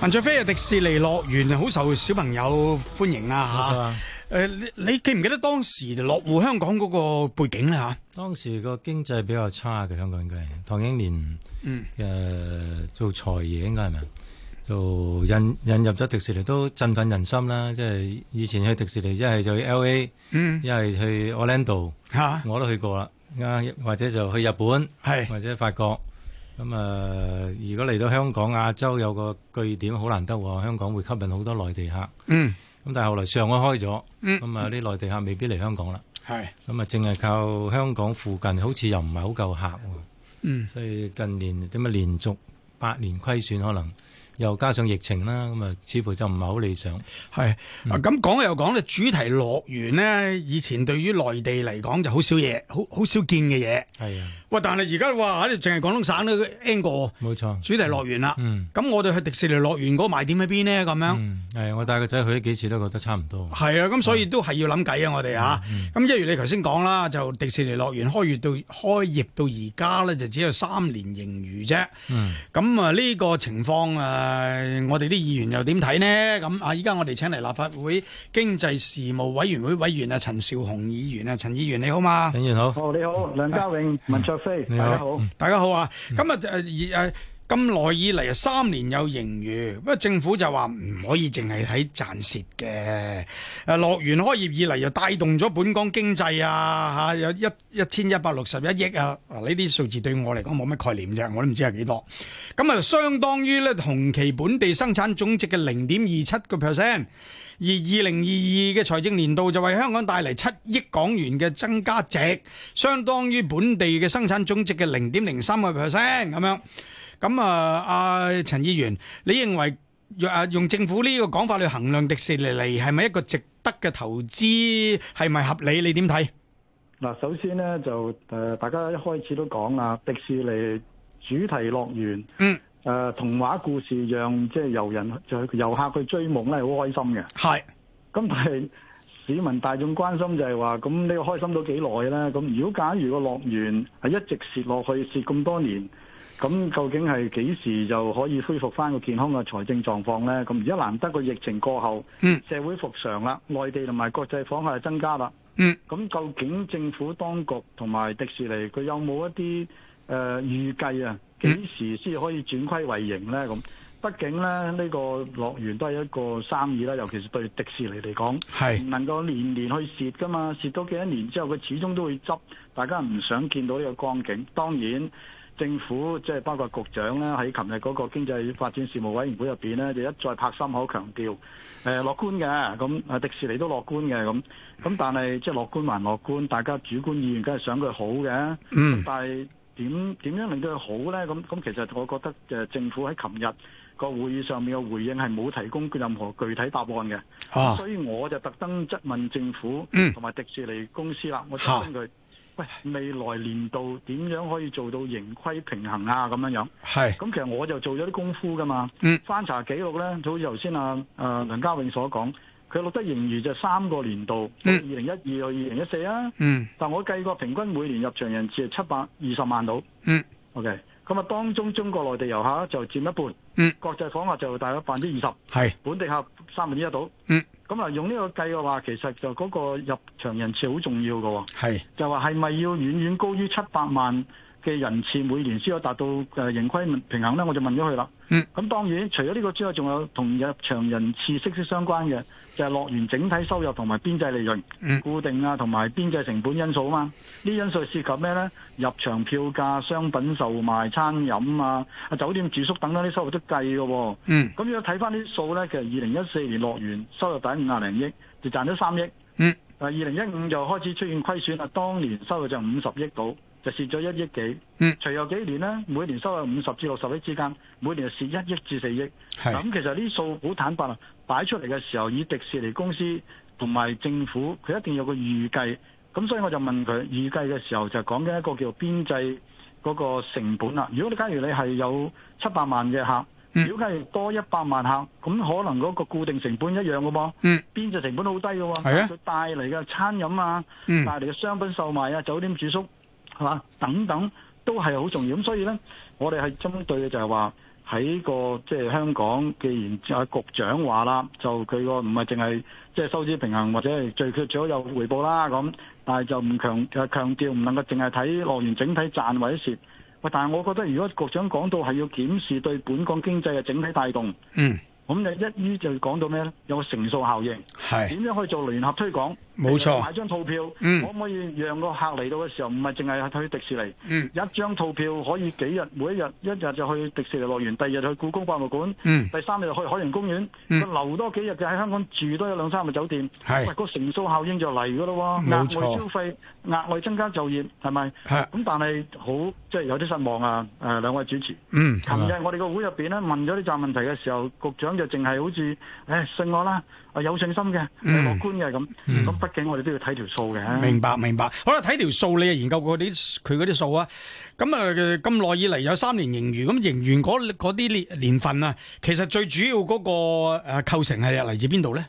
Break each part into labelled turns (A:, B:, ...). A: 雲卓飛啊，迪士尼樂園啊好受小朋友歡迎啦嚇。誒，你你記唔記得當時落戶香港嗰個背景啊咧嚇？
B: 當時個經濟比較差嘅香港應該係唐英年，
A: 嗯
B: 誒、做財爺應該係咪？就引引入咗迪士尼都振奮人心啦，即係以前去迪士尼一係就去 L A，
A: 嗯
B: 一係去 Orlando，
A: 嚇，
B: 我都去過啦，啱或者就去日本。
A: 係
B: 或者法國咁啊、呃如果嚟到香港亞洲有個據點好難得喎，香港會吸引好多內地客。
A: 嗯
B: 咁但係後來上海開咗，
A: 嗯
B: 咁啊啲內地客未必嚟香港啦。
A: 係
B: 咁啊，淨係靠香港附近，好似又唔係好夠客喎。
A: 嗯
B: 所以近年點解連續八年虧損，可能又加上疫情啦，咁啊，似乎就唔係好理想。
A: 係。啊咁講又講咧，主題樂園咧，以前對於內地嚟講就好少嘢，好好少見嘅嘢。
B: 係啊，
A: 喂，但係而家哇，喺度淨係廣東省都 N 個
B: 冇錯。
A: 主題樂園啦。
B: 嗯
A: 咁我哋去迪士尼樂園嗰個賣點喺邊呢？咁樣？
B: 嗯，係我帶個仔去咗幾次都覺得差唔多。
A: 係啊，咁所以都係要諗計啊！我哋嚇，咁一如你頭先講啦，就迪士尼樂園開業到開業到而家咧，就只有三年盈餘啫。
B: 嗯。
A: 咁啊，呢個情況誒、我哋啲議員又點睇呢？咁啊，依家我哋請嚟立法會經濟事務委員會委員啊，陳紹雄議員啊，陳議員你好嘛？
B: 陳燕好。
C: 哦，你好，梁家永、文卓飛，
B: 嗯你
C: 大
B: 好
C: 家好。
A: 大家好啊！咁啊誒而誒咁耐以嚟啊三年有盈餘，不過政府就話唔可以淨係喺賺蝕嘅。誒樂園開業以嚟又帶動咗本港經濟啊嚇，有一一千一百六十一億啊！嗱呢啲數字對我嚟講冇乜概念啫，我都唔知係幾多。咁啊，相當於咧同期本地生產總值嘅零點二七個 percent。而二零二二嘅財政年度就為香港帶嚟七億港元嘅增加值，相當於本地嘅生產總值嘅零點零三個 percent 咁樣。咁啊，阿陳議員，你認為啊用政府呢個講法去衡量迪士尼嚟係咪一個值得嘅投資，係咪合理？你點睇？
C: 嗱，首先咧就誒、呃大家一開始都講啦，迪士尼主題樂園，
A: 嗯，
C: 誒、童話故事讓即係遊人就遊客去追夢咧，好開心嘅。
A: 係
C: 咁但係市民大眾關心就係話，咁你開心到幾耐咧？咁如果假如個樂園係一直蝕落去，蝕咁多年，咁究竟係幾時就可以恢復翻個健康嘅財政狀況咧？咁而家難得個疫情過後，
A: 嗯
C: 社會復常啦，內地同埋國際訪客增加啦。
A: 嗯
C: 咁究竟政府當局同埋迪士尼佢有冇一啲誒、呃、預計啊？幾時先可以轉虧為盈呢？咁畢竟咧，呢、呢個樂園都係一個生意啦，尤其是對迪士尼嚟講，
A: 係
C: 唔能夠年年去蝕噶嘛，蝕到幾多年之後，佢始終都會執，大家唔想見到呢個光景。當然，政府即係包括局長咧，喺琴日嗰個經濟發展事務委員會入邊咧，就一再拍心口強調，誒、樂觀嘅，咁啊迪士尼都樂觀嘅，咁咁但係即係樂觀還樂觀，大家主觀意願梗係想佢好嘅。
A: 嗯
C: 但係點點樣令到佢好呢？咁咁其實我覺得誒政府喺琴日個會議上面嘅回應係冇提供任何具體答案嘅，
A: 啊
C: 所以我就特登質問政府
A: 嗯
C: 同埋迪士尼公司啦，我質問佢：喂，未來年度點樣可以做到盈虧平衡啊？咁樣樣。
A: 係
C: 咁其實我就做咗啲功夫噶嘛，
A: 嗯
C: 翻查記錄咧，就好似頭先啊啊梁家永所講，佢錄得盈餘就三個年度，二
A: 嗯
C: 零一二去二零一四啊。
A: 嗯
C: 但我計過平均每年入場人次係七百二十萬到。
A: 嗯
C: OK，咁啊當中中國內地遊客就佔一半，
A: 嗯
C: 國際訪客就大約百分之二十，
A: 係
C: 本地客三分之一到。
A: 嗯，
C: 咁啊用呢個計嘅話，其實就嗰個入場人次好重要嘅喎、
A: 係
C: 就話係咪要遠遠高於七百萬嘅人次每年先可以達到誒盈虧平衡咧？我就問咗佢啦。
A: 嗯。
C: 咁當然，除咗呢個之外，仲有同入場人次息息相關嘅，就係、樂園整體收入同埋邊際利潤、
A: 嗯
C: 固定啊，同埋邊際成本因素啊嘛。呢啲因素涉及咩咧？入場票價、商品售賣、餐飲啊、啊酒店住宿等等啲收入都計嘅喎。
A: 嗯
C: 咁要睇翻啲數咧，其實二零一四年樂園收入大概五廿零億，就賺咗三億。
A: 嗯。
C: 啊，二零一五就開始出現虧損啦，啊當年收入就五十億到，就蝕咗一億幾。
A: 嗯。
C: 隨後幾年咧，每年收入五十至六十億之間，每年就蝕一億至四億。
A: 係
C: 咁其實呢數好坦白啦，擺出嚟嘅時候，以迪士尼公司同埋政府，佢一定有個預計。咁所以我就問佢預計嘅時候，就講緊一個叫邊際嗰個成本啦。如果你假如你係有七百萬嘅客，
A: 嗯
C: 如果假如多一百萬客，咁可能嗰個固定成本一樣嘅噃，
A: 嗯
C: 邊際成本好低嘅喎，
A: 係啊
C: 佢帶嚟嘅餐飲啊。
A: 嗯
C: 帶嚟嘅商品售賣啊、酒店住宿係嘛等等，都係好重要。咁所以咧，我哋係針對嘅就係話喺個即係香港，既然啊局長話啦，就佢個唔係淨係即係收支平衡或者係最缺最好有回報啦咁，但係就唔強誒強調唔能夠淨係睇樂園整體賺或者蝕。喂，但係我覺得如果局長講到係要檢視對本港經濟嘅整體帶動，
A: 嗯，
C: 咁就一於就講到咩呢？有個乘數效應，
A: 係
C: 點樣去做聯合推廣？
A: 冇錯
C: 買張套票，
A: 嗯
C: 可唔可以讓個客嚟到嘅時候唔係淨係去迪士尼？
A: 嗯
C: 一張套票可以幾日，每一日一日就去迪士尼樂園，第二日去故宮博物館，
A: 嗯
C: 第三日去海洋公園，佢、
A: 嗯
C: 留多幾日嘅喺香港住多一兩三日酒店，喂、
A: 係
C: 個乘數效應就嚟噶咯喎，
A: 冇
C: 額
A: 錯
C: 外消費，額外增加就業，係咪？
A: 係
C: 咁但係好即係有啲失望啊！誒、兩位主持，琴
A: 嗯
C: 日我哋個會入邊咧問咗呢站問題嘅時候，局長就淨係好似誒信我啦，啊有信心嘅，誒
A: 嗯
C: 樂觀嘅咁。咁、
B: 嗯
C: 畢竟我哋都要睇條數嘅。
A: 明白明白，好啦，睇條數你又研究過啲佢嗰啲數啊，咁啊呃咁耐以嚟有三年盈餘，咁盈餘嗰嗰啲年年份啊，其實最主要嗰、個呃構成係嚟自邊度咧？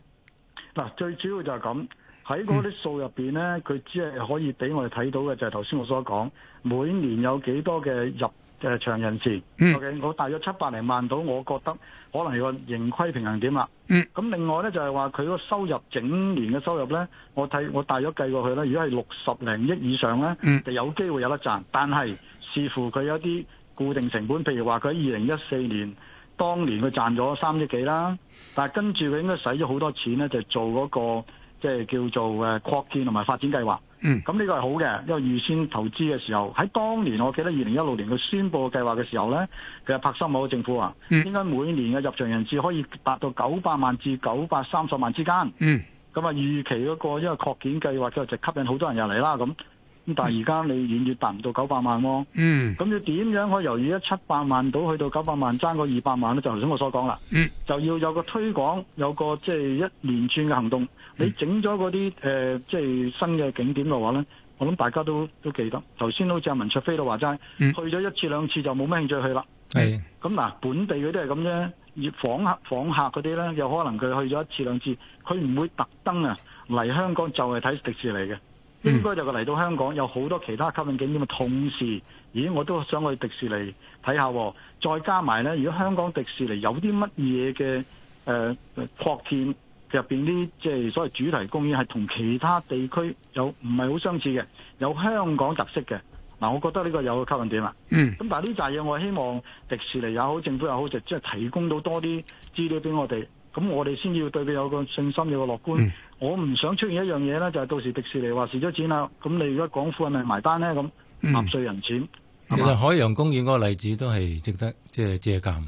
C: 嗱，最主要就係咁喺
A: 嗯
C: 嗰啲數入邊呢，佢只係可以俾我哋睇到嘅就係頭先我所講，每年有幾多嘅入誒場人士。
A: 嗯
C: OK，我大約七百零萬到，我覺得可能係個盈虧平衡點啦。
A: 嗯。
C: 咁另外呢，就係話佢個收入整年嘅收入呢，我睇我大約計過去呢，如果係六十零億以上呢，
A: 嗯
C: 就有機會有得賺，但係視乎佢有啲固定成本，譬如話佢喺二零一四年當年佢賺咗三億幾啦。但係跟住佢應該使咗好多錢咧，就做嗰、個即係叫做誒擴建同埋發展計劃。
A: 嗯
C: 咁呢個係好嘅，因為預先投資嘅時候，喺當年我記得二零一六年佢宣布計劃嘅時候咧，其實柏森某政府話、
A: 嗯
C: 應該每年嘅入場人次可以達到九百萬至九百三十萬之間。
A: 嗯
C: 咁啊預期嗰、個因為擴建計劃嘅就吸引好多人入嚟啦咁。咁但係而家你遠遠達唔到九百萬喎、
A: 嗯
C: 咁要點樣可以由而家七百萬到去到九百萬，爭個二百萬咧？就頭先我所講啦，
A: 嗯
C: 就要有個推廣，有個即係一連串嘅行動。
A: 嗯
C: 你整咗嗰啲誒，即係新嘅景點嘅話咧，我諗大家都都記得。頭先好似阿文卓飛都話齋，
A: 嗯
C: 去咗一次兩次就冇咩興趣去啦。
B: 係
C: 咁嗱，本地嗰啲係咁啫，而訪客訪客嗰啲咧，有可能佢去咗一次兩次，佢唔會特登啊嚟香港就係睇迪士尼嘅，
A: 嗯
C: 應該就嚟到香港有好多其他吸引景點嘅同時，咦，我都想去迪士尼睇下喎，再加埋咧，如果香港迪士尼有啲乜嘢嘅誒誒擴建入邊啲即係所謂主題公園係同其他地區有唔係好相似嘅，有香港特色嘅，嗱，我覺得呢個有個吸引點啦。啊
A: 嗯
C: 咁但係呢扎嘢，我希望迪士尼也好，政府也好，就即係提供到多啲資料俾我哋，咁我哋先要對佢有個信心，有個樂觀。
A: 嗯
C: 我唔想出現一樣嘢咧，就係、到時迪士尼話蝕咗錢啦，咁你而家港府係咪埋單咧？咁
A: 嗯
C: 納税人錢，
B: 其
C: 啊
B: 實海洋公園嗰個例子都係值得即係借鑑，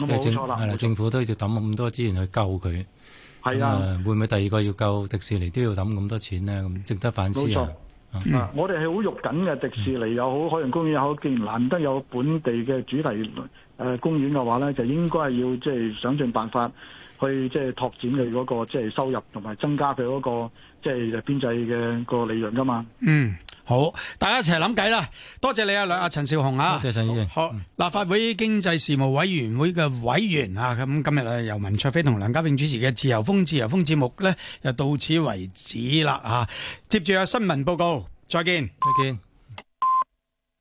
C: 我
B: 即
C: 冇
B: 係政
C: 錯啦，
B: 係啦，
C: 冇錯
B: 政府都要抌咁多資源去救佢。
C: 係
A: 嗯
B: 咁
C: 啊。
B: 啊，會唔會第二個要救迪士尼都要抌咁多錢呢？咁值得反思啊！
C: 啊！我哋係好肉緊嘅，迪士尼又好，海洋公園又好，既然難得有本地嘅主題誒、呃公園嘅話咧，就應該係要即係想盡辦法去即係拓展佢嗰、個即係收入，同埋增加佢嗰、個即係邊際嘅個利潤噶嘛。
A: 嗯，好，大家一齊諗計啦。多謝你啊，梁阿陳紹雄啊。
B: 多謝陳議嗯員。
A: 好，立法會經濟事務委員會嘅委員啊，咁今日啊由文卓飛同梁家永主持嘅《自由風自由風》節目呢，就到此為止啦啊！接住有新聞報告，再見。
B: 再見。